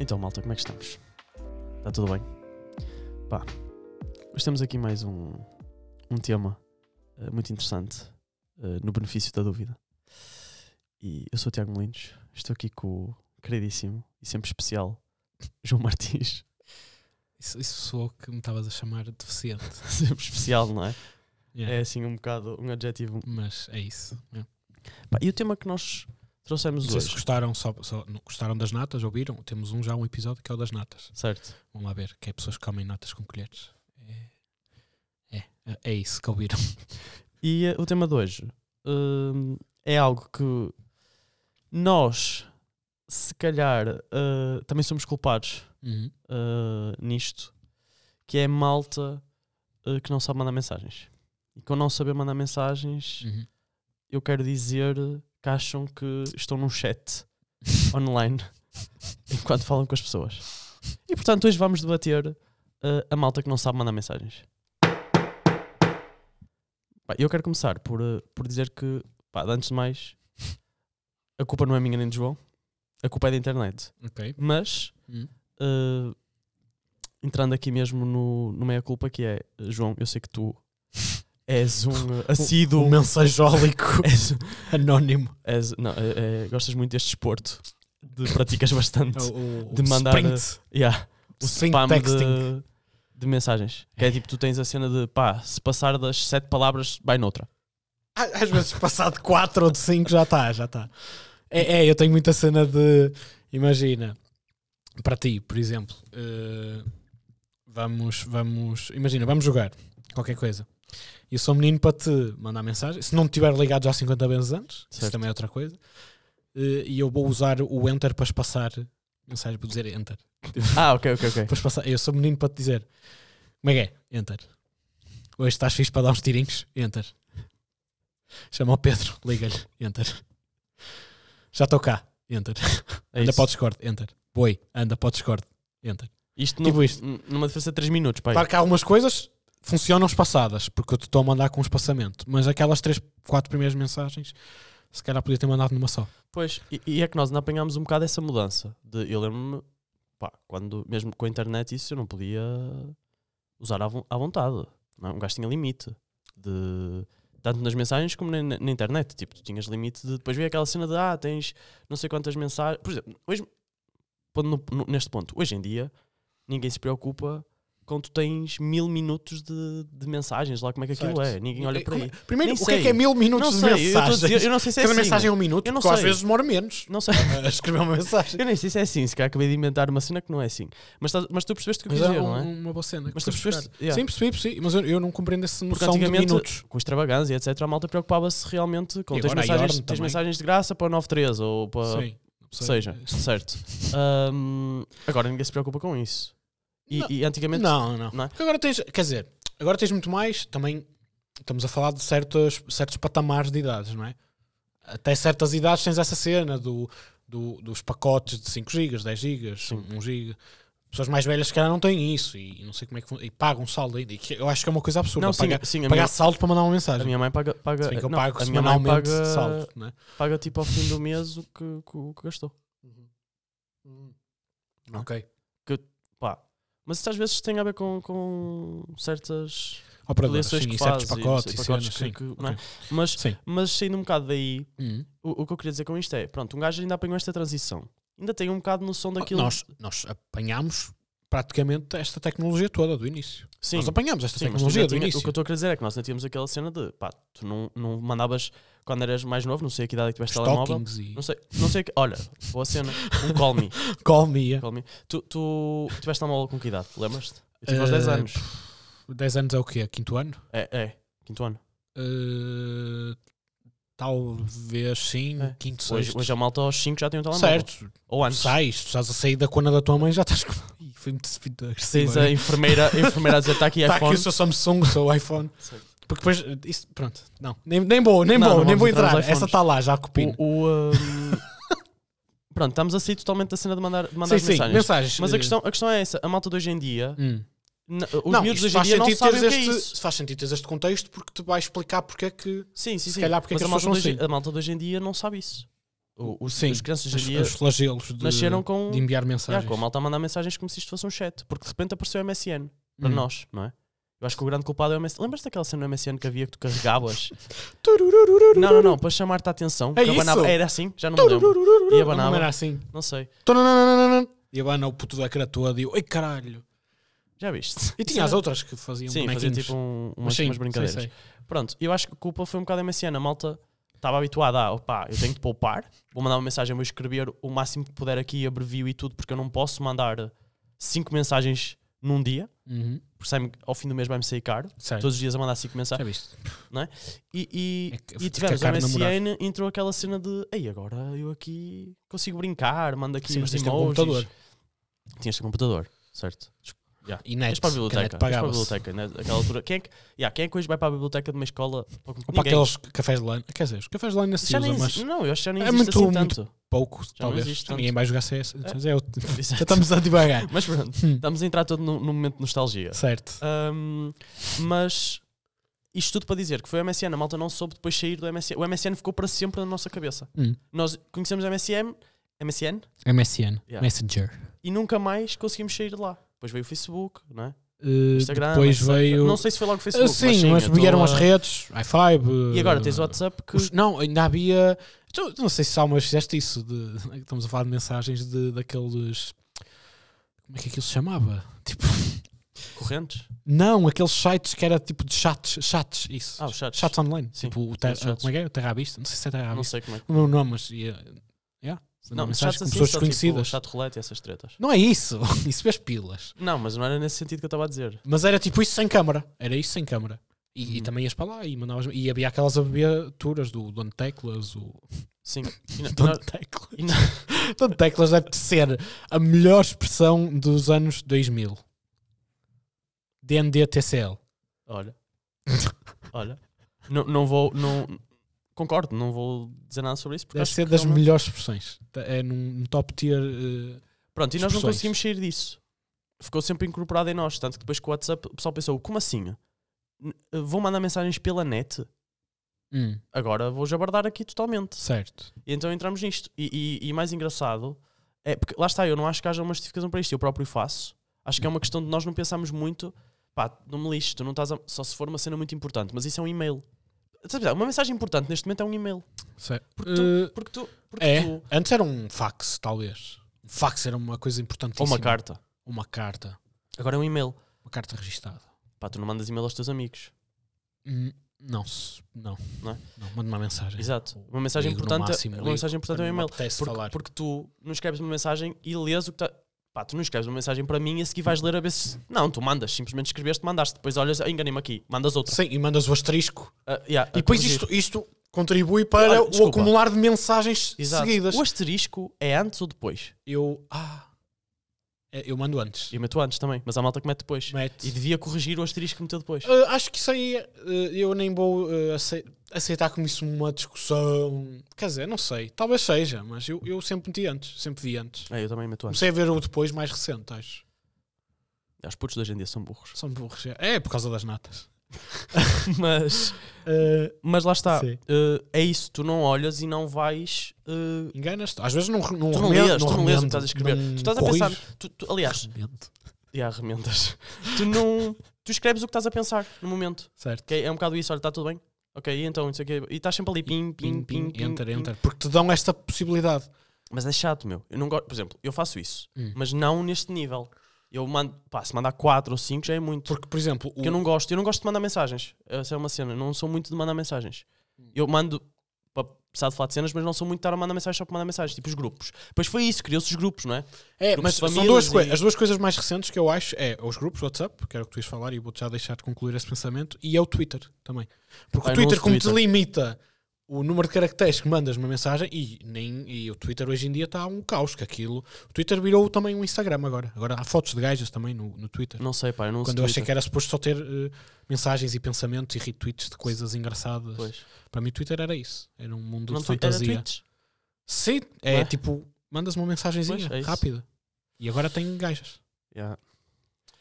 Então, malta, como é que estamos? Está tudo bem? Pá, hoje temos aqui mais um, um tema eh, muito interessante eh, no benefício da dúvida. E eu sou o Tiago Molinos, estou aqui com o queridíssimo e sempre especial João Martins. Isso, isso soou que me estavas a chamar deficiente. sempre especial, não é? Yeah. É assim um bocado um adjetivo. Mas é isso. yeah. Pá, e o tema que nós Não trouxemos sei se hoje, gostaram, só, só- não, gostaram das natas, ouviram? Temos um já um episódio que é o das natas. certo? Vão lá ver, que é pessoas que comem natas com colheres. É, é, é isso que ouviram. E eh, o tema de hoje hum, é algo que nós, se calhar, eh, também somos culpados Uhum. eh, nisto, que é a malta eh, que não sabe mandar mensagens. E com não saber mandar mensagens, Uhum. eu quero dizer que acham que estão num chat online enquanto falam com as pessoas. E portanto, hoje vamos debater eh, a malta que não sabe mandar mensagens. Pá, eu quero começar por, eh, por dizer que, pá, antes de mais, a culpa não é minha nem de João, a culpa é da internet. Ok. Mas Uhum. Uh, entrando aqui mesmo no, no meia culpa que é uh, João, eu sei que tu és um uh, assíduo Um mensajólico és, anónimo. és- não, é- é, gostas muito deste desporto de, praticas bastante É O, o, De o mandar, sprint. yeah, o Sim, spam de, texting. de mensagens que é tipo tu tens a cena de pá, se passar das sete palavras vai noutra Á- Às vezes passado 4 ou de 5 já está, já está. É, é, eu tenho muita cena de. Imagina, para ti, por exemplo, eh, vamos, vamos. Imagina, vamos jogar qualquer coisa. E eu sou um menino para te mandar mensagem. Se não me tiver ligado já 50 vezes antes, isso Certo. também é outra coisa. Eh, e eu vou usar o enter para espaçar mensagem, para dizer enter. ah ok ok ok Para espaçar. Eu sou um menino para te dizer como é que é? Enter. Hoje estás fixe para dar uns tirinhos? Enter. Chama o Pedro, liga-lhe, enter. Já estou cá, enter. É anda isso. para o Discord, enter. Boi, anda para o Discord, enter. isto, tipo num- isto. n- numa diferença de 3 minutos pá, Claro que algumas coisas funcionam espaçadas, porque eu te estou a mandar com um espaçamento, mas aquelas três, quatro primeiras mensagens, se calhar podia ter mandado numa só. Pois, e, e é que nós ainda apanhámos um bocado essa mudança. De, eu lembro-me, pá, quando, mesmo com a internet, isso eu não podia usar à, von- à vontade. Não, é? um gajo tinha limite. De, tanto nas mensagens como na, na internet. Tipo, tu tinhas limite de. Depois veio aquela cena de, ah, tens não sei quantas mensagens. Por exemplo, hoje, pondo no- no- neste ponto, hoje em dia, ninguém se preocupa quando tu tens mil minutos de, de mensagens, lá como é que aquilo Certo. é. Ninguém olha para Como- aí. Nem Primeiro, o que é sei. que é mil Não minutos de sei, eu, tô a mensagens? dizer- eu não sei se é Cada assim. mensagem é um minuto, Eu não porque às sei. vezes demora menos Não sei. a escrever uma mensagem. Eu nem sei se é assim, se calhar acabei de inventar uma cena que não é assim. Mas, estás- mas tu percebeste o que eu Mas quis é dizer, um- não é? uma boa cena. que Mas tu foi percebeste? buscar. Yeah. Sim, percebi, percebi. Mas eu, eu não compreendo essa Porque noção de antigamente- minutos. Com extravagância, etc. A malta preocupava-se realmente com E tens agora a mensagens, Jordan tens também. mensagens de graça para o 93 ou para Sim. que seja, certo. Hum, agora ninguém se preocupa com isso. E, Não. e antigamente. Não, não. Não é? Porque agora tens, quer dizer, agora tens muito mais. Também estamos a falar de certos, certos patamares de idades, não é? Até certas idades tens essa cena do, do- dos pacotes de 5 GB, 10 GB, Sim. 1 GB. um Pessoas mais velhas, se calhar, não têm isso e não sei como é que. fun- E pagam saldo ainda. e que Eu acho que é uma coisa absurda. Não, sim, pagar sim, a, pagar minha, saldo para mandar uma a mensagem. minha mãe paga. paga Se bem que eu não, pago a minha mãe semanalmente paga, saldo, não é? paga tipo ao fim do mês o que, o que- o que gastou. Uhum. Não é? Ok. Pá. Mas isso às vezes tem a ver com, com certas operadoras, avaliações sim, que e certos fazes e pacotes, e certos cenas, pacotes sim. que- que- não é? Ok. Mas, Sim. mas saindo um bocado daí, Uhum. o, o que eu queria dizer com isto é: pronto, um gajo ainda apanhou esta transição, ainda tem um bocado noção daquilo. Nós, nós apanhámos praticamente esta tecnologia toda do início. sim, nós apanhámos esta sim, mas tu tecnologia ainda do tinha- início. o que eu estou a querer dizer é que nós ainda tínhamos aquela cena de pá, tu não, não mandavas quando eras mais novo, não sei a que idade que tiveste telemóvel. Stalkings e Não sei, não sei que. Olha, boa cena. Um call me. call me. Call me. Tu, tu tiveste telemóvel com que idade? Lembras-te? Eu tive aos Eh, 10 anos. 10 anos é o quê? Quinto ano? É, é. Quinto ano. Eh, talvez sim, É. quinto, Hoje, sexto. hoje a malta aos 5 já tem um telemóvel. certo. Ou Tu antes. sais, tu estás a sair da cona da tua mãe já estás com. Ih, foi muito muito agressivo. Tens a agora. enfermeira, a enfermeira a dizer: está aqui Tá aqui iPhone. o seu Samsung, o seu iPhone. Certo. Porque depois, eh, isso, pronto, não, nem, nem vou, nem Não, vou, não nem vamos vou entrar nos entrar. iPhones. Essa está lá, já copino. O, o, hum, Pronto, estamos a sair totalmente da cena de mandar, de mandar Sim, as sim, mensagens. mensagens. Mas eh, a questão, a questão é essa. A malta de hoje em dia... hum. na- os não, miúdos de isto hoje em faz dia não sentido sabem o teres que é este, isso. faz sentido teres este contexto porque te vai explicar porque é que Sim, sim, sim. calhar porque é Mas que a as pessoas malta, de não hoje, a malta de hoje em dia não sabe isso. O- O- os, Sim, as crianças Os, hoje em dia os flagelos de, nasceram com, de enviar já, mensagens. com a malta a mandar mensagens como se isto fosse um chat, porque de repente apareceu o MSN para Hum. nós, não é? Eu acho que o grande culpado é o MSN. Lembras daquela cena no MSN que havia que tu carregavas? Turururururu. não, não, não, para chamar-te a atenção. É que abanava- isso? Era assim, já não me lembro. Turururururu. E Não, abanava. Não era assim. Não sei, Tonananananana. E abana o puto da cara toda e eu, ei caralho. já viste? E tinha as outras que faziam Sim, fazia bonequinhos. tipo um- Mas umas, sim, umas brincadeiras. sei, sei. Pronto, eu acho que a culpa foi um bocado da MSN. A malta estava habituada a, opá, eu tenho que poupar, vou mandar uma mensagem, vou escrever o máximo que puder aqui, abrevio e tudo, porque eu não posso mandar cinco mensagens num dia, Uhum, porque sai ao fim do mês vai-me sair caro. certo. Todos os dias a mandar cinco mensagens. Já viste? E, e, É que e fica tivemos o caro namorar. MSN, entrou aquela cena de, ei, agora eu aqui consigo brincar, mando aqui Sim, mas uns tens de ter um emojis." computador. Tinhas um computador, certo? E net. Mas para a que a net biblioteca. Mas para a pagava-se. biblioteca, né? naquela altura. Quem é, que, yeah, quem é que hoje vai para a biblioteca de uma escola? Para Ou para Ninguém. aqueles Um cafés de LAN. Quer dizer, os cafés de LAN ainda se Já nem usam, mas existe- Não, eu acho que já nem É existe muito- assim muito- tanto. pouco, não talvez. existe tanto. Ninguém vai jogar CS. É. o- Exato. Estamos a devagar. Mas pronto, Hum. estamos a entrar todo num, num momento de nostalgia. Certo. Ahm, mas isto tudo para dizer que foi o MSN, a malta não soube depois sair do MSN. O MSN ficou para sempre na nossa cabeça. Hum. Nós conhecemos o MSN, MSN MSN. Yeah. Messenger. e nunca mais conseguimos sair de lá. Depois veio o Facebook, não é? Uh, Instagram, depois etc. veio. Não sei se foi logo o Ah, Facebook. sim, mas mas, sim, eu vieram tô as a- redes, i5. E agora tens o uh, WhatsApp que. os- Não, ainda havia. tu- Não sei se há umas fizeste isso. De... Estamos a falar de mensagens de, daqueles. Como é que aquilo se chamava? Tipo. Correntes? Não, aqueles sites que era tipo de chats. Chats, isso. Ah, os chats. chats online. Sim, Tipo o ter... os chats. Como é que é? O Terra à Vista? Não sei se é Terra à Não Vista. sei como é que. Não, não, mas. ia- Yeah. Não, mensagens chats com assim, pessoas só tipo desconhecidas. Chat roulette e essas tretas. Não é isso. Isso vês pilas. Não, mas não era nesse sentido que eu estava a dizer. Mas era tipo isso sem câmara. Era isso sem câmara. E, e Uhum. também ias para lá e mandavas. E havia aquelas aberturas do Don Teclas. O Sim. E na- e Don na- e na- Teclas. Don Teclas deve ser a melhor expressão dos anos 2000. DNDTCL. Olha. Olha. Não, não vou. Não, concordo, não vou dizer nada sobre isso. Porque Deve acho ser que das realmente- melhores expressões. Tá- É num num top tier. eh, Pronto, e nós não expressões. conseguimos sair disso. Ficou sempre incorporado em nós. Tanto que depois com o WhatsApp o pessoal pensou: como assim? N- Vou mandar mensagens pela net? hum, Agora vou jabardar aqui totalmente. certo. E então entramos nisto. E, e, e mais engraçado é porque lá está, eu não acho que haja uma justificação para isto, eu próprio faço. Acho que é uma questão de nós não pensarmos muito, pá, não me lixes, tu não estás a- só se for uma cena muito importante, mas isso é um e-mail. Sabes, uma mensagem importante neste momento é um e-mail. certo. Porque tu, Eh, porque tu, porque é. tu- Antes era um fax, talvez. Um fax era uma coisa importantíssima. ou uma carta. Uma carta. Agora é um e-mail. Uma carta registada. Pá, tu não mandas e-mail aos teus amigos. Hum, Não, se- não. Não é? Não, manda uma mensagem. Exato. Uma mensagem Ligo no importante, máximo, uma ligo. mensagem importante é um Não me e-mail. apetece Porque, falar. porque tu não escreves uma mensagem e lês o que está. Pá, tu não escreves uma mensagem para mim e a seguir vais ler a ver se. Não, tu mandas, simplesmente escreveste, mandaste. Depois olhas, "Ah, enganei-me aqui, mandas outra. Sim, e mandas o asterisco. Ah, yeah, E a depois corrigir. isto, isto contribui para Olha, o desculpa. acumular de mensagens Exato. seguidas. O asterisco é antes ou depois? Eu. Ah. É, Eu mando antes. Eu meto antes também, mas há malta que mete depois. Mete. E devia corrigir o asterisco que meteu depois. Ah, acho que isso aí ah, eu nem vou ah, acei- aceitar como isso uma discussão. Quer dizer, não sei. Talvez seja, mas eu, eu sempre meti antes. Sempre vi antes. Ah, eu também meto antes. Comecei a ver o depois mais recente, acho. Os putos de hoje em dia são burros. São burros. É, é por causa das natas. mas, Ah, mas lá está. Sim. Eh, é isso, tu não ollas e não vais. eh, Enganas-te. Às vezes não tu re- não remendo- lês, tu não lês o que estás a escrever. não Tu estás a pensar. corrijo. tu- tu- aliás, Remendo. e há remendas. tu não. Tu escreves o que estás a pensar no momento. Certo. ok? É um bocado isso, olha, está tudo bem. Ok, e então, não sei o quê. E estás sempre ali, pim, pim, pim, pim, enter, pim. enter. Porque te dão esta possibilidade. Mas é chato, meu. Eu não gosto, por exemplo, eu faço isso, Hum. mas não neste nível. Eu mando, pá, se mandar 4 ou 5 já é muito. Porque, Porque, por exemplo, o, eu não gosto, eu não gosto de mandar mensagens. Essa é uma cena, eu não sou muito de mandar mensagens. Eu mando para precisar de falar de cenas, mas não sou muito de estar a mandar mensagens só para mandar mensagens, tipo os grupos. Pois foi isso, criou-se os grupos, não é? é, grupos mas de são famílias duas coi- e- as duas coisas mais recentes que eu acho é os grupos WhatsApp, que era o que tu ias falar e vou-te já deixar de concluir esse pensamento, e é o Twitter também. Ah, Porque eu o não Twitter, uso como te Twitter. limita o número de caracteres que mandas uma mensagem, e, nem, e o Twitter hoje em dia está um caos, que aquilo... O Twitter virou também um Instagram agora. Agora há fotos de gajas também no, no Twitter. Não sei, pá, eu não Quando sei. é eu achei que era suposto só ter eh, mensagens e pensamentos e retweets de coisas engraçadas. Pois. Para mim, Twitter era isso. Era um mundo Não, de tu- era fantasia. tweets. Sim, é Ué? tipo, mandas uma mensagenzinha Pois, é isso. rápida. E agora tem gajas. Yeah.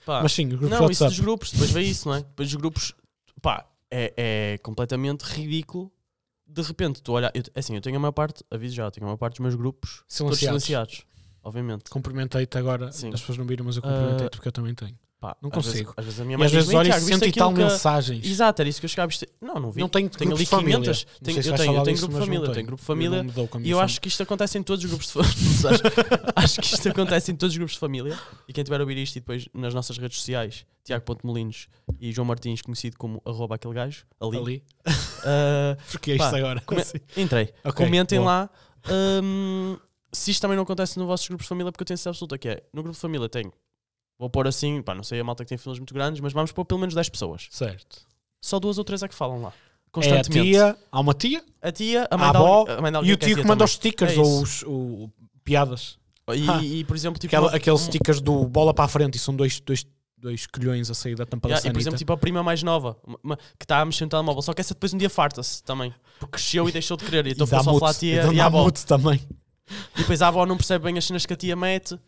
Pá, Mas sim, o grupo de Ah. não, isso WhatsApp. dos grupos, depois vê isso, não é? Depois os grupos, pá, é, é completamente ridículo de repente tu olha, eu, é assim, eu tenho a maior parte, aviso já, tenho a maior parte dos meus grupos todos Silenciados. silenciados, obviamente. Cumprimentei-te agora. Sim. Ah, As pessoas não viram, mas eu cumprimentei-te porque eu também tenho. Pá, Não às vezes- consigo. Às vezes, a minha E mãe às vezes diz-me, "Ei, olho é Tiago, cento viste e tal aquilo que a-" mensagens. Exato, era isso que eu chegava. a isto- Não, não vi. Não tenho Tenho grupos ali de família. 500. Não Tenho- sei se eu vais tenho- eu falar tenho disso, grupo de mas não família, tenho. tenho grupo de Meu família. irmão mudou com E a minha eu fam- acho que isto acontece em todos os grupos de família. acho que isto acontece em todos os grupos de família. E quem tiver a ouvir isto e depois nas nossas redes sociais, Tiago.molinos e João Martins, conhecido como arroba aquele gajo, ali. ali. ah, Porque é isto Pá, agora. come- Sim. entrei. Ok, Comentem lá boa. hum, se isto também não acontece no vossos grupos de família, porque eu tenho certeza absoluta que é. No grupo de família tenho. Vou pôr assim, pá, não sei a malta que tem filhos muito grandes, mas vamos pôr pelo menos 10 pessoas. Certo. Só duas ou três é que falam lá. É a Constantemente. tia, há uma tia A tia, a A mãe da avó alguém- a mãe de alguém e o que é tio tia que também. manda os stickers É ou os o- piadas. E, Ah. e, por exemplo, tipo. Aquela- uma- aqueles um- stickers do bola para a frente e são dois, dois, dois colhões a sair da tampa Yeah, e da por sanita. exemplo, tipo a prima mais nova, uma- uma- que está a mexer no telemóvel, só que essa depois um dia farta-se também, porque cresceu e deixou de querer, e então E foi dá só falar a mute. tia Então e dá a avó. mute também. E depois a avó não percebe bem as cenas que a tia mete,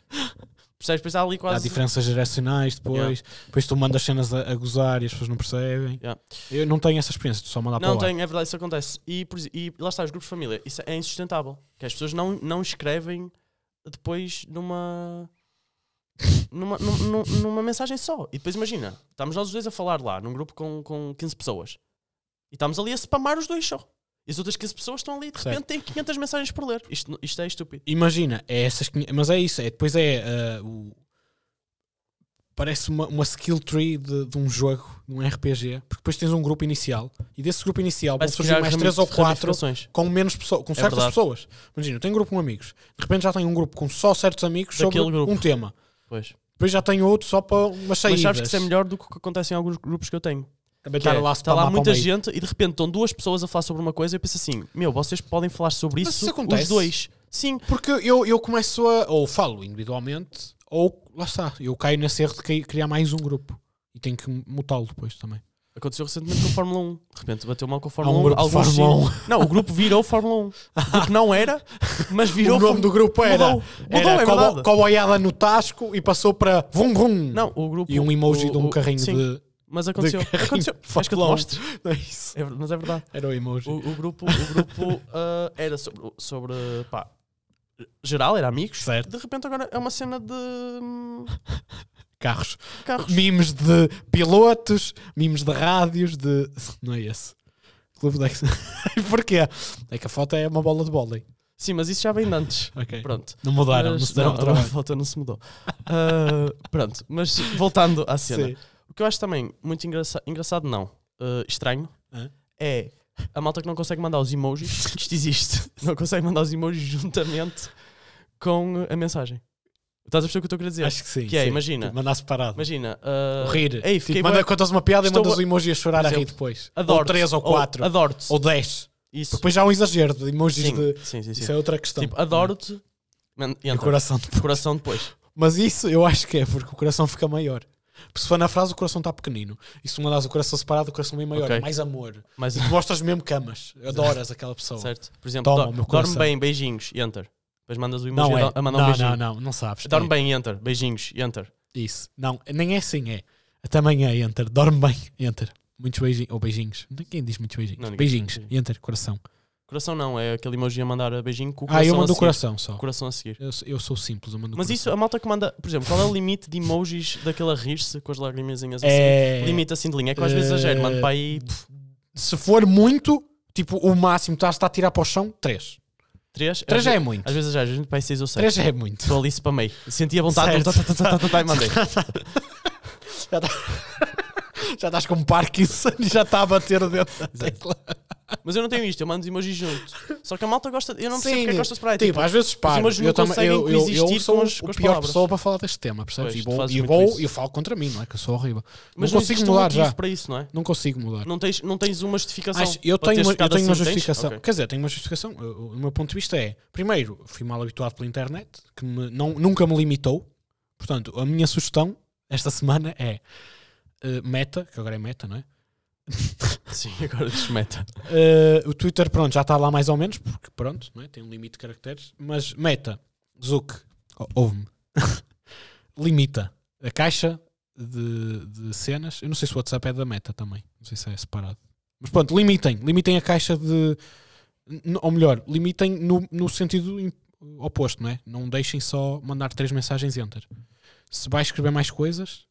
percebes? Depois há ali Há quase. diferenças geracionais depois. Depois tu mandas cenas a, a gozar e as pessoas não percebem. Yeah. Eu não tenho essa experiência, tu só mandar Não, Ah, para tem, é verdade, isso acontece. E, por ex- e lá está, os grupos de família, isso é insustentável. Que as pessoas não, não escrevem depois numa. Numa, num- num- numa mensagem só. E depois imagina, estamos nós os dois a falar lá, num grupo com, com 15 pessoas. E estamos ali a spamar os dois só. E as outras 15 pessoas estão ali e de Certo. repente têm 500 mensagens por ler. Isto, isto é estúpido. Imagina, é essas quinh- mas é isso, é, depois é ah, o- parece uma, uma skill tree de, de um jogo, de um RPG, porque depois tens um grupo inicial e desse grupo inicial vão Vai-se É surgir criar mais três ou quatro ramificações. com menos pessoas, com certas É verdade. pessoas. Imagina, eu tenho um grupo com amigos, de repente já tenho um grupo com só certos amigos sobre Daquele grupo. um tema. Pois. Depois já tenho outro só para umas Mas saídas. sabes que isso é melhor do que o que acontece em alguns grupos que eu tenho. Também Que é, estar lá a está lá spamar para o muita meio. gente e de repente estão duas pessoas a falar sobre uma coisa e eu penso assim: meu, vocês podem falar sobre Mas isso, isso acontece. os dois. Sim, Porque eu, eu começo a. Ou falo individualmente, ou lá está. Eu caio nesse erro de cri- criar mais um grupo. E tenho que mutá-lo depois também. aconteceu recentemente com a Fórmula 1. De repente bateu mal com a Há um Fórmula 1. grupo de alguns sim. Fórmula 1. Não, o grupo virou Fórmula 1. Porque não era, mas virou. um. o Um nome do grupo era. Mudou. Mudou, era é cobo- verdade. coboiada no Tasco e passou para Vum Vum. Não, o grupo. E um emoji o- de um o- carrinho sim, de. Mas aconteceu. de carrinho aconteceu. de Acho que eu te Fórmula 1. mostre. Não é isso. É ver- mas é verdade. Era o emoji. O, o grupo, o grupo ah, era sobre, sobre. pá. Geral, era amigos. Certo. De repente agora é uma cena de. hum, Carros. carros. Mimos de pilotos, mimos de rádios, de. Não é esse. Clube da. Porquê? É que a foto é uma bola de vôlei. Sim, mas isso já vem de antes. Ok. Pronto. Não mudaram, Mas- não se deram não, ao agora trabalho. a volta não se mudou. Ah, pronto, mas voltando à cena. Sim. O que eu acho também muito engraça- engraçado, não, ah, estranho, Hã? é a malta que não consegue mandar os emojis, isto existe, não consegue mandar os emojis juntamente com a mensagem. Estás a perceber o que eu estou a querer dizer? Acho que sim. Que é, sim. imagina. Tipo, Mandar separado. Imagina, ah, rir. Ei, Tipo, fiquei manda, bué- contas uma piada Estou e mandas a- o emoji a chorar Por a rir exemplo, depois. ou adoro-te. três ou quatro. Ou, Adoro-te. dez. Isso. Depois já há um exagero de emojis Sim, de. sim, sim. sim. Isso é outra questão. Tipo, adoro-te. man- E entra. o coração. de- Coração depois. Mas isso eu acho que é porque o coração fica maior. Porque se for na frase, o coração está pequenino. E se tu mandas o coração separado, o coração é bem maior. Ok. Mais amor. Mas, Tu mostras mesmo camas. Adoras aquela pessoa. certo. Por exemplo, Toma, dor- meu dorme coração. bem, beijinhos, enter. Depois mandas o emoji Não é. a, a Não, mandar um beijinho. não, não. Não é. sabes. Dorme bem, enter. Beijinhos, enter. É Isso. Não, nem é assim, é. Até amanhã, enter. Dorme bem, enter. Muitos beijinhos. Ou beijinhos. Ninguém diz muitos beijinhos. Não, ninguém diz beijinhos, enter, coração. Coração não, é aquele emoji a mandar beijinho com o coração Ah, eu a mando o seguir. coração só. O coração a seguir. Eu, sou- eu sou simples, eu mando o Mas isso, coração. a malta que manda, por exemplo, qual é o limite de emojis daquele a rir-se com as lagrimazinhas assim? é. Limite assim de linha, é que eu às vezes É. exagero, mando para aí pff, Se for muito, tipo, o máximo estás a tirar para o chão, 3. três. 3 às já é vezes- muito. Às vezes exagero, mando para aí seis ou seis. 3 já é muito. Estou ali spamei. Senti a vontade, Certo. tá, tá, tá, tá, tá, tá, e mandei. Já, tá- já estás com um Parkinson e já está a bater o dedo na tecla. Mas eu não tenho isto, eu mando os emojis junto. Só que a malta gosta, eu não percebo Sim. porque é que gosta de separar. É Tipo, às vezes paro. emojis não tam- conseguem coexistir sou com as- com o as pior palavras. pessoa para falar deste tema, percebes? Pois, e tu vou, fazes e muito vou isso. e falo contra mim, não é que eu sou horrível. mas não existe consigo um mudar já. motivo para isso, não é? Não consigo mudar. Não tens, não tens uma justificação. Acho- eu para tenho, teres uma, eu ficado tenho uma assim, tens? justificação. Ok. Quer dizer, tenho uma justificação. O, o meu ponto de vista é: primeiro, fui mal habituado pela internet, que me- não, nunca me limitou. Portanto, a minha sugestão esta semana é eh, Meta, que agora é Meta, não é? Sim, agora desmeta. Eh, o Twitter, pronto, já está lá mais ou menos, porque pronto, não é? tem um limite de caracteres. Mas Meta, Zuck, ou- ouve-me, limita a caixa de, de cenas. Eu não sei se o WhatsApp é da Meta também, não sei se é separado. Mas pronto, limitem, limitem a caixa de N- Ou melhor, limitem no, no sentido im- oposto, não é? Não deixem só mandar três mensagens enter. Se vai escrever mais coisas,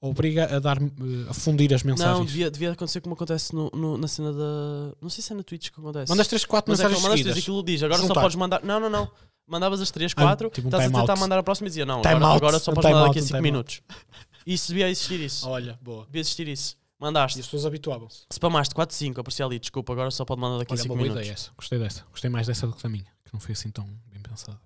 obriga a dar eh, a fundir as Não, mensagens. devia, devia acontecer como acontece no, no- na cena da. Não sei se é na Twitch que acontece. Mandas três, quatro Mas é que mensagens mandas três, seguidas. aquilo diz, agora só Juntar. podes mandar. Não, não, não. Mandavas as 3, Ah, 4, tipo um estás a time-out. tentar mandar a próxima e dizia, não, agora, Time-out, agora só um podes mandar time-out, daqui a um 5 time-out. minutos. Isso devia existir isso. Olha, boa. Devia existir isso. E as Mandaste. pessoas habituavam-se. Spamaste 4, 5, aparecia ali, desculpa, agora só pode mandar daqui a Olha, é 5 uma boa minutos. ideia essa. Gostei dessa. Gostei mais dessa do que da minha, que não foi assim tão bem pensada.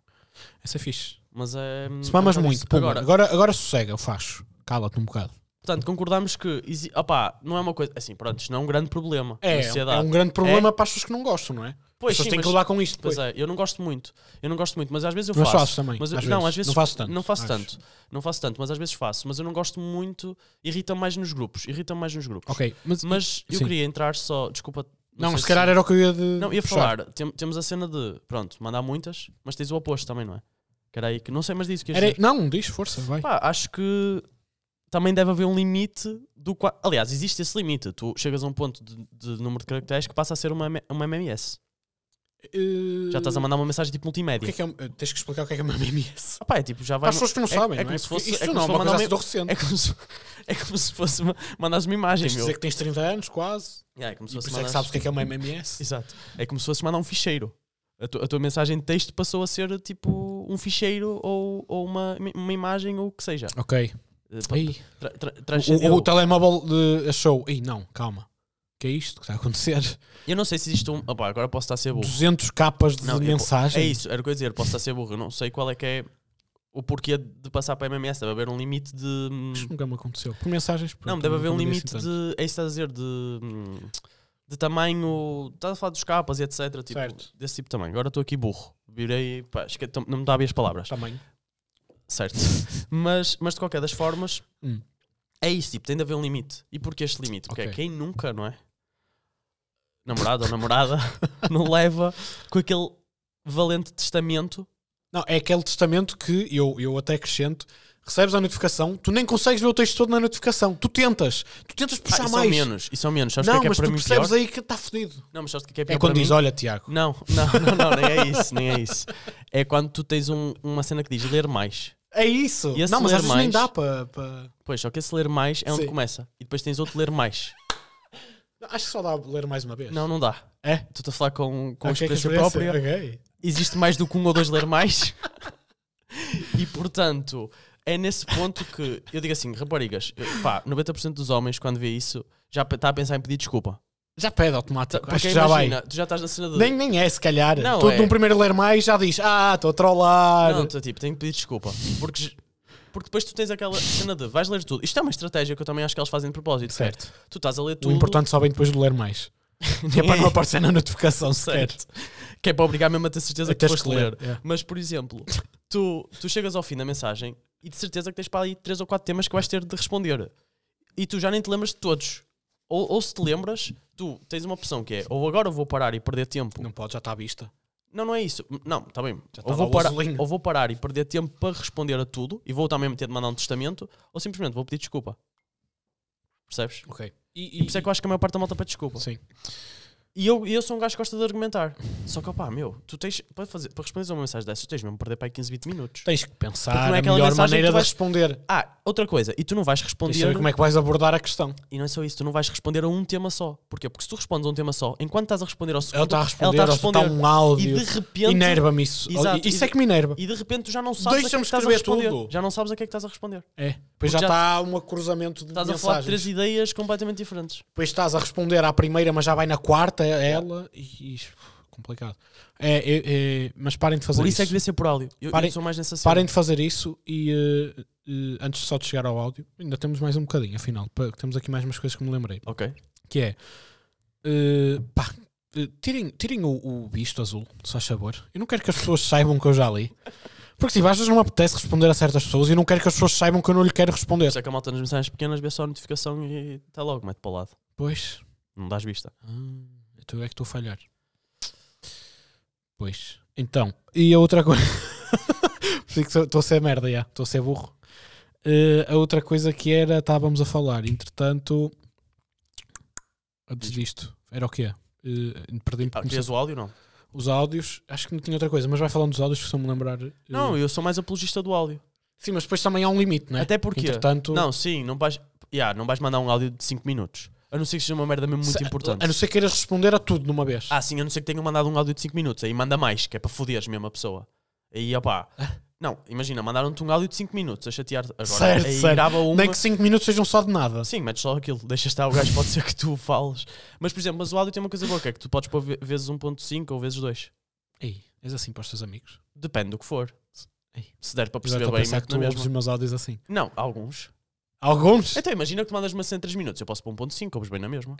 Essa é fixe. Mas é. Se mamas é um bocado muito, isso. pumba. Agora, Agora, agora, sossega, eu faço. Cala-te um bocado. portanto, concordamos que. exi- Opá, não é uma coisa. Assim, pronto, isto não é um grande problema. na É, sociedade. é um grande problema para as pessoas que não gostam, não é? Pois as pessoas sim, têm mas- que lidar com isto. Pois pois. é, eu não gosto muito. Eu não gosto muito, mas às vezes eu Mas faço. faço também, Mas eu- às não, vezes. às vezes Não faço tanto, Não faço acho. tanto. Não faço tanto, mas às vezes faço. Mas eu não gosto muito. Irrita-me mais nos grupos. Irrita-me mais nos grupos. Ok, mas, Mas eu Sim. queria entrar só. Desculpa. não, sei se calhar era o que eu ia de. Não, ia puxar. falar. tem- temos a cena de. Pronto, mandar muitas, mas tens o oposto também, não é? Peraí, que não sei mais disso que ias Era- dizer. Não, diz, força, vai. Pá, acho que também deve haver um limite do qual. Aliás, existe esse limite. Tu chegas a um ponto de, de número de caracteres que passa a ser uma, M- uma MMS. Eh, Já estás a mandar uma mensagem tipo O multimédia. que é que é um- eh, Tens que explicar o que é que é uma MMS. Ah, pá, é tipo, já vai. Para as pessoas que não é- sabem, é não como é? se Porque fosse- é Isso como não é se uma mandar coisa um- assim tão recente. É como se, é como se fosse uma, mandares uma imagem, Tens de meu. dizer que tens 30 anos, quase. É, é como E se fosse por isso é que mandares- sabes o que é que é uma MMS. Exato. É como se fosse mandar um ficheiro. A, tu- a tua mensagem de texto passou a ser tipo um ficheiro ou, ou uma, uma imagem ou o que seja. Ok. Eh, pa- Ei, tra- tra- o, transcendeu. o, o telemóvel de, achou. Ei, não, calma. O que é isto que está a acontecer? Eu não sei se existe um. Opá, agora posso estar a ser burro. 200 capas de Não, eu- mensagem. É isso, era o que eu ia dizer, posso estar a ser burro. Eu não sei qual é que é o porquê de passar para a MMS. Deve haver um limite de. hum, Isto nunca me aconteceu. Por mensagens. pronto, Não, deve haver um nunca me limite disse tanto. de. É isso que estás a dizer, de. hum, De tamanho. Estás a falar dos capas e etc. Tipo, Certo. Desse tipo também. Agora estou aqui burro. Virei. Pá, esque- tam- não me dá bem as palavras. Tamanho. Certo. mas, mas de qualquer das formas. Hum. É isso, tipo, tem de haver um limite. E porquê este limite? Porque Ok. é quem nunca, não é? Namorado ou namorada não leva com aquele valente testamento. Não, é aquele testamento que eu, eu até acrescento. Recebes a notificação, tu nem consegues ver o texto todo na notificação. Tu tentas. Tu tentas Ah, puxar isso é o mais. menos. Isso é o menos. Sabes o não, que é que é mas para tu mim percebes pior? aí que está fedido. Não, mas sabes o que é que é, É pior quando para mim? diz: Olha, Tiago. Não, não, não, não, nem é isso, nem é isso. É quando tu tens um- uma cena que diz ler mais. É isso. E esse Não, mas às ler vezes nem mais- dá para. para- Pois, só que esse ler mais é onde Sim. começa. E depois tens outro ler mais. Acho que só dá ler mais uma vez. Não, não dá. É? Tu a falar com, com Ah, que é que experiência experiência? própria. Ok. Existe mais do que um ou dois ler mais. e portanto, é nesse ponto que eu digo assim, raparigas, eu- pá, 90% dos homens quando vê isso já está a pensar em pedir desculpa. Já pede Tá- automático. Então, Acho Porque que já vai. imagina, tu já estás na cena de. Nem, nem é, se calhar. Não, tu é. num primeiro ler mais já diz: Ah, estou a trollar. Não, tu, tipo, tenho que pedir desculpa. Porque, j- porque depois tu tens aquela cena de vais ler tudo. Isto é uma estratégia que eu também acho que eles fazem de propósito. que é, Certo. Tu estás a ler O tudo. importante só vem depois de ler mais. que é para não aparecer na notificação sequer. Certo. Que é para obrigar mesmo a ter certeza que Tens foste que ler. ler, é. Mas, por exemplo, tu, tu chegas ao fim da mensagem e de certeza que tens para ali três ou quatro temas que vais ter de responder. E tu já nem te lembras de todos. Ou, ou se te lembras, tu tens uma opção que é ou agora vou parar e perder tempo. Não, Não pode, já está à vista. não, é isso. Não, está bem. Já Ou tá vou, lá o parar, azulinho. ou vou parar e perder tempo para responder a tudo e vou também ter de mandar um testamento ou simplesmente vou pedir desculpa. Percebes? Ok. E por isso é que eu acho que a maior parte da malta pede desculpa. Sim. E eu, e eu sou um gajo que gosta de argumentar. Só que, opá, meu, tu tens. Para, fazer, para responder a uma mensagem dessa, tu tens mesmo de perder para aí 15, 20 minutos. Tens que Porque pensar não é a aquela melhor mensagem maneira que tu de vais- responder. Ah, outra coisa, e tu não vais Tens de saber responder. um como é que vais abordar a questão. E não é só isso, tu não vais responder a um tema só. Porquê? Porque se tu respondes a um tema só, enquanto estás a responder ao segundo, Ela está a responder, tá ela está a um áudio. E de repente. Inerva-me isso. Exato. Isso é que me inerva. E de repente tu já não sabes a que é que Deixa-me estás a escrever responder. tudo. Já não sabes a que é que estás a responder. É. Pois já já- está um cruzamento de Estás a falar de mensagens. três ideias completamente diferentes. Depois estás a responder à primeira, mas já vai na quarta é ela. E isso, complicado. É, é, é, mas parem de fazer Por isso isso. é que devia ser por áudio. Eu, eu Parem- sou mais nessa cena. Parem de fazer isso e eh, eh, antes só de chegar ao áudio, ainda temos mais um bocadinho, afinal, pa- temos aqui mais umas coisas que me lembrei, Ok. que é eh, pá, eh, tirem, tirem o, o bicho azul, se faz favor. Eu não quero que as pessoas saibam que eu já li. Porque tipo, às vezes não me apetece responder a certas pessoas e eu não quero que as pessoas saibam que eu não lhe quero Por responder. isso é que a malta nas mensagens pequenas vê só a notificação e está logo, mete para o lado. Pois. Não dás vista. Ah, então é que estou a falhar. Pois. Então, e a outra coisa. Fico só- Estou a ser merda, já. Estou a ser burro. Eh, a outra coisa que era, estávamos a falar, entretanto. Antes disto, era o quê? Eh, Perdi-me. Ah, comecei- Ah, querias o áudio não? Os áudios, acho que não tinha outra coisa, mas vai falando dos áudios que se eu me lembrar. eh, Não, eu sou mais apologista do áudio. Sim, mas depois também há um limite, não é? Até porque. Entretanto, Não, sim, não vais, yeah, não vais mandar um áudio de 5 minutos. A não ser que seja uma merda mesmo muito se- importante. A não ser que queiras responder a tudo de uma vez. Ah, sim, a não ser que tenham mandado um áudio de 5 minutos. Aí manda mais, que é para foderes mesmo a pessoa. Aí, opá. Ah. Não, imagina, mandaram-te um áudio de 5 minutos a chatear-te. Agora, Certo, aí certo. grava uma. Nem que 5 minutos sejam só de nada. assim. Sim, metes só aquilo, deixas estar o gajo, pode ser que tu fales. Mas, por exemplo, mas o áudio tem uma coisa boa, que é que tu podes pôr ve- vezes 1.5 ou vezes 2. Ei, és assim para os teus amigos. Depende do que for. Ei. Se der para Agora perceber estou a bem, pensar que mete na tu ouves os mesma. meus áudios assim. Não, alguns. Alguns? Então, imagina que tu mandas uma cena em 3 minutos. Eu posso pôr 1.5, ouves bem na mesma.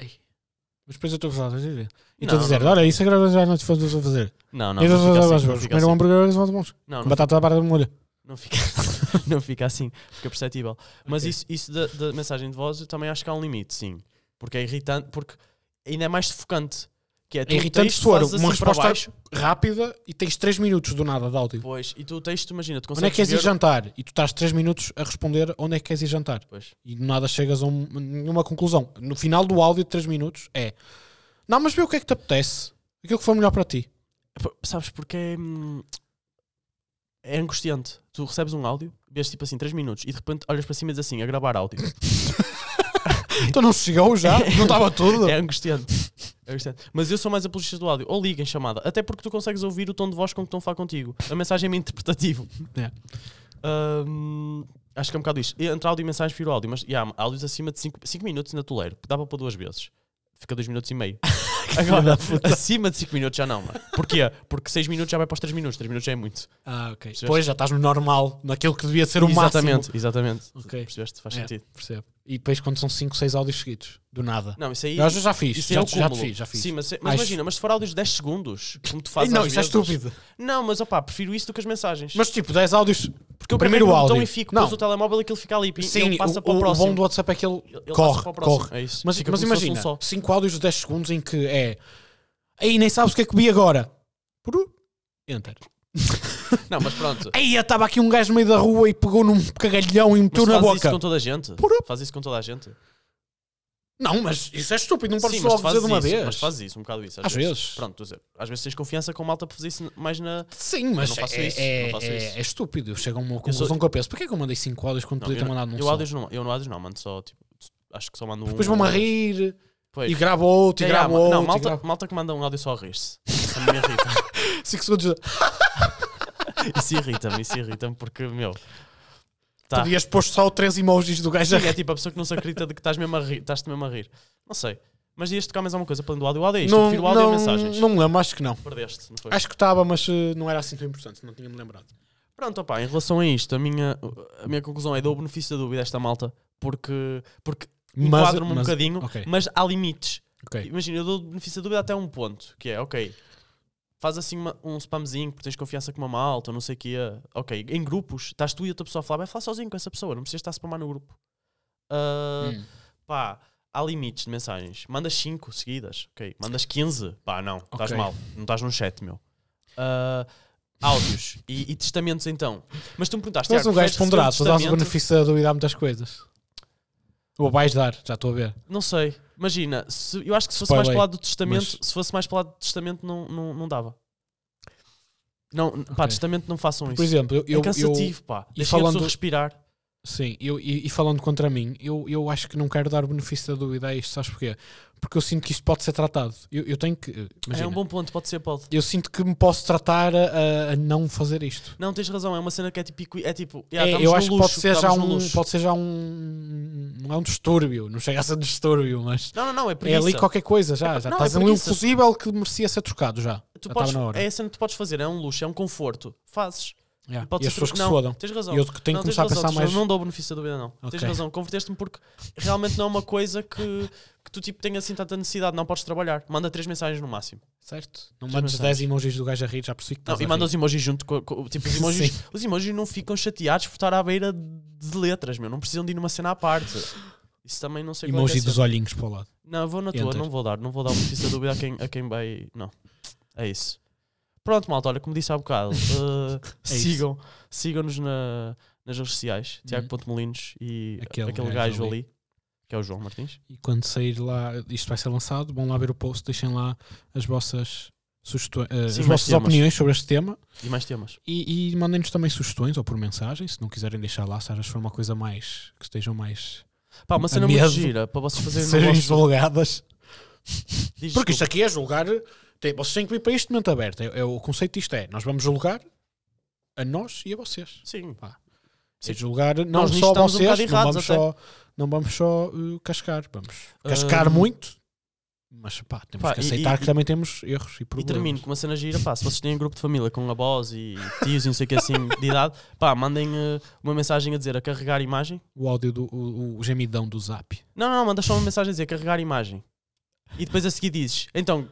Mas depois eu estou a falar, estás a ver? E Não, estou a dizer, não, não. olha, isso agora já não te fazes a fazer. Não, não, E não fica assim. Não vamos fica comer um assim. hambúrguer eles vão de bons. Não, Com não batata à barra de molho. Não fica, não fica assim, fica perceptível. Mas Ok. isso, isso da, da mensagem de voz eu também acho que há um limite, sim. Porque é irritante, porque ainda é mais sufocante. Que é, tu É irritante tens, se for fazes uma assim para resposta baixo, rápida e tens 3 minutos do nada de áudio. Pois, e tu o texto, imagina, tu Onde é consegues que queres ir ver- jantar? E tu estás 3 minutos a responder onde é que queres ir jantar. Pois. E do nada chegas a um- nenhuma conclusão. No final do áudio de 3 minutos é Não, mas vê o que é que te apetece. Aquilo que foi melhor para ti. P- Sabes, porque é, hum, é angustiante. Tu recebes um áudio, vês tipo assim 3 minutos e de repente olhas para cima e dizes assim, a gravar áudio. Então não chegou já? Não estava tudo? É angustiante. É angustiante. Mas eu sou mais apologista do áudio. Ou liga em chamada. Até porque tu consegues ouvir o tom de voz com que estão a falar contigo. A mensagem é meio interpretativa. É. Hum, acho que é um bocado isto. Entre áudio e mensagem, prefiro áudio. Mas yeah, áudios acima de 5 minutos ainda tolero. Dá para pôr duas vezes. Fica 2 minutos e meio. Agora, acima de 5 minutos já não, mano. Porquê? Porque 6 minutos já vai para os 3 minutos. 3 minutos já é muito. Ah, ok. Percebeste? Pois já estás no normal, naquilo que devia ser o máximo. exatamente, exatamente. Ok. Percebeste? Faz É. sentido. Percebo. E depois quando são 5, 6 áudios seguidos, do nada. Não, isso aí. Eu já fiz, Isso já, é o já cúmulo. te fiz, já fiz. Sim, mas, mas Acho- imagina, mas se for áudios de 10 segundos, como tu fazes não, às isso é vezes- estúpido. Não, mas opá, prefiro isso do que as mensagens. Mas tipo, 10 áudios. porque eu é primeiro carrego no áudio. botão e fico, Não. pôs o telemóvel e aquilo fica ali. e Sim, ele passa o, para o, o próximo. bom do WhatsApp é que ele, Ele- ele corre, passa para o próximo. corre. É isso. Mas, Fica mas como se fosse imagina, um só. 5 áudios de 10 segundos em que é. Aí nem sabes o que é que vi agora. Puru. Enter. Não, mas pronto. Aí estava aqui um gajo no meio da rua e pegou num cagalhão e Mas meteu tu na fazes isso boca. com toda a gente. Puru. Faz isso com toda a gente. Não, mas isso é estúpido, não podes Sim, mas só tu dizer fazes de uma isso. vez. Mas fazes isso, um bocado isso. Às, Às vezes. vezes. Pronto, estou a dizer, às vezes tens confiança com malta para fazer isso mais na. Sim, mas Eu não faço é, isso, é- não faço é- isso. é estúpido. Eu chego a uma Eu conclusão sou- que eu penso: porquê é que eu mandei 5 áudios quando podia ter eu, mandado num eu só? áudios não, eu no áudios não, mando só tipo. Acho que só mando um. Depois vão-me a rir Pois. e gravo outro e Yeah, gravo yeah, ma- outro. não, e malta, gravo- malta que manda um áudio só a rir-se. Isso me irrita. 5 segundos. de- Isso irrita-me, isso irrita-me porque, meu. Tá. Podias pôr só 3 emojis do gajo a Sim, é tipo a pessoa que não se acredita de que estás mesmo a rir. Estás-te mesmo a rir. Não sei. Mas ias tocar mais alguma coisa para além do áudio? O áudio é isto. eu prefiro o áudio e mensagens. Não me lembro, acho que não. Perdeste, não foi? Acho que estava, mas eh, não era assim tão importante, não tinha-me lembrado. Pronto, opá, em relação a isto, a minha, a minha conclusão é dou o benefício da dúvida a esta malta porque, porque Mas- enquadro-me um mas- bocadinho, ok. mas há limites. Ok. Imagina, eu dou o benefício da dúvida até um ponto, que é, ok, faz assim uma- um spamzinho porque tens confiança com uma malta, não sei o quê. Ok, em grupos, estás tu e outra pessoa a falar, vai falar sozinho com essa pessoa, não precisas estar a spamar no grupo. Ah, Hum. pá, há limites de mensagens. Mandas 5 seguidas, ok. Mandas 15, pá, não, estás Ok. mal. Não estás num chat, meu. Ah, áudios e, e testamentos, então. Mas tu me perguntaste, Tu és Tiago, um gajo preferes receber ponderado, tu dás o testamento? benefício da dúvida a muitas coisas. Ou vais dar, já estou a ver. Não sei, imagina, se- eu acho que se fosse Spoiler, mais para o lado do testamento, mas- se fosse mais para o lado do testamento, não, não, não dava. Não, pá, testamento não façam Por isso. exemplo, eu. eu, é cansativo, pá. e Deixa falando... a falando- pessoa respirar. eu- sim, eu, e, e falando contra mim, eu, eu acho que não quero dar o benefício da dúvida a isto, sabes porquê? Porque eu sinto que isto pode ser tratado. Eu, eu tenho que. eh, Imagina, É um bom ponto, pode ser, pode. Eu sinto que me posso tratar a, a- a não fazer isto. Não, tens razão, é uma cena que é tipo. É tipo yeah, É, estamos eu no acho que luxo, pode ser, já estamos no um, luxo. pode ser já um. Não é um distúrbio, não chega a ser um distúrbio, mas. Não, não, não, é É preguiça. ali qualquer coisa já. Já não, estás é ali um preguiça. fusível que merecia ser trocado já. tu já podes, estava na hora. É a cena que tu podes fazer, é um luxo, é um conforto. Fazes. Yeah. Pode Ah, e ser as pessoas que não, se fodam. Tens razão. Eu que tenho não, que tens começar a razão, pensar tens mais. razão, Não dou o benefício da dúvida, não. Tens Ok. razão. Converteste-me porque realmente não é uma coisa que, que tu tipo, tenhas assim tanta necessidade, não podes trabalhar. Manda três mensagens no máximo. Certo? Não Tens mandas razão. 10 emojis do gajo a rir, já percebi que Não, estás e a manda rir. os emojis junto com. com- tipo, os emojis, os emojis não ficam chateados por estar à beira de letras, meu. Não precisam de ir numa cena à parte. Isso também não sei qual é que é emoji a dos cena. olhinhos para o lado. Não, eu vou na tua, Enter. não vou dar, não vou dar o benefício da dúvida a quem, a quem vai. Não. É isso. Pronto, malta, olha, como disse há bocado, eh, É isso. Uhum. sigam, sigam-nos na- nas redes sociais, Tiago.molinos e Aquele aquele, gajo gajo, ali. ali. que é o João Martins. E quando sair lá, isto vai ser lançado, vão lá ver o post, deixem lá as vossas sugestões, eh, Sim, as mais vossas temas. opiniões sobre este tema E mais temas. e, e mandem-nos também sugestões ou por mensagem, se não quiserem deixar lá, se às vezes for uma coisa mais que estejam mais Pá, uma cena A muito medo. gira para vocês fazerem sejam no vosso... julgadas. Diz Porque isto tu. aqui é julgar. Tem, vocês têm que vir para este momento aberto. É, é o conceito disto é: nós vamos julgar a nós e a vocês. Sim. Sim. É julgar não Nós nisto só estamos um vocês, bocado não, errados vamos só, não vamos só uh, cascar. Vamos cascar Ahm. muito, mas pá, temos Pá, que e- aceitar e- que também temos erros e E problemas. termino com uma cena gira, pá, se vocês têm um grupo de família com avós e tios e não sei o que assim de idade, pá, mandem eh, uma mensagem a dizer a carregar imagem. O áudio do o, o gemidão do zap. Não, não, manda só uma mensagem a dizer carregar imagem. E depois a seguir dizes, então,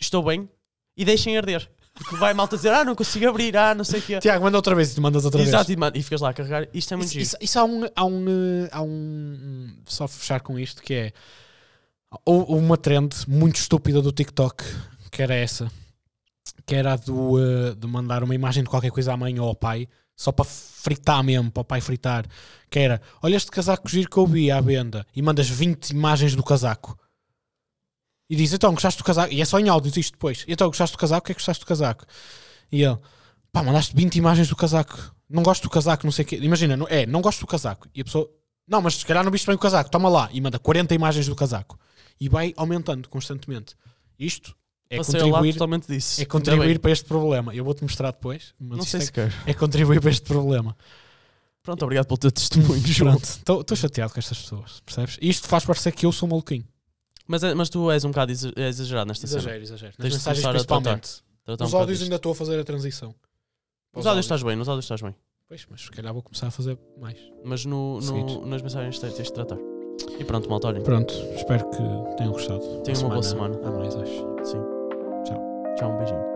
estou bem e deixem arder. Porque vai a malta dizer, ah, não consigo abrir, ah, não sei o que. Tiago, manda outra vez e te mandas outra vez. Exato, e, man- e ficas lá a carregar. Isto é muito Isso, giro. isso- isso há um. Há um, eh, há um hum, só fechar com isto que é. hou- Uma trend muito estúpida do TikTok, que era essa, que era a do, eh, de mandar uma imagem de qualquer coisa à mãe ou ao pai, só para fritar mesmo, para o pai fritar. Que era: olha este casaco giro que eu vi à venda, e mandas 20 imagens do casaco. E diz: então gostaste do casaco? E é só em áudio, diz isto depois: então gostaste do casaco? O que é que gostaste do casaco? E ele: pá, mandaste 20 imagens do casaco. Não gosto do casaco, não sei o quê. Imagina, não- é, não gosto do casaco. E a pessoa, não, mas se calhar não viste bem o casaco, toma lá. E manda 40 imagens do casaco. E vai aumentando constantemente. Isto é Passei ao lado contribuir, totalmente disso. é Ainda bem. contribuir para este problema. Eu vou-te mostrar depois. Mas Não isto sei é, se quero. é contribuir para este problema. Pronto, obrigado pelo teu testemunho, João. Pronto, estou chateado com estas pessoas, percebes? Isto faz parecer que eu sou maluquinho. Mas, é- mas tu és um bocado exa- é exagerado nesta cena. exagero. Tens Nas de mensagens começar a principalmente. Tratar um Nos bocado áudios disto. ainda é estou a fazer a transição. Nos áudios estás bem, nos áudios estás bem. Pois, mas se calhar vou começar a fazer mais. Mas no, no, Seguidos. nas mensagens tens, tens de tratar. E pronto, malta, olhem. Pronto, espero que tenham gostado. Tenham uma boa semana. Há mais, acho. Sim. Tchau, um beijinho.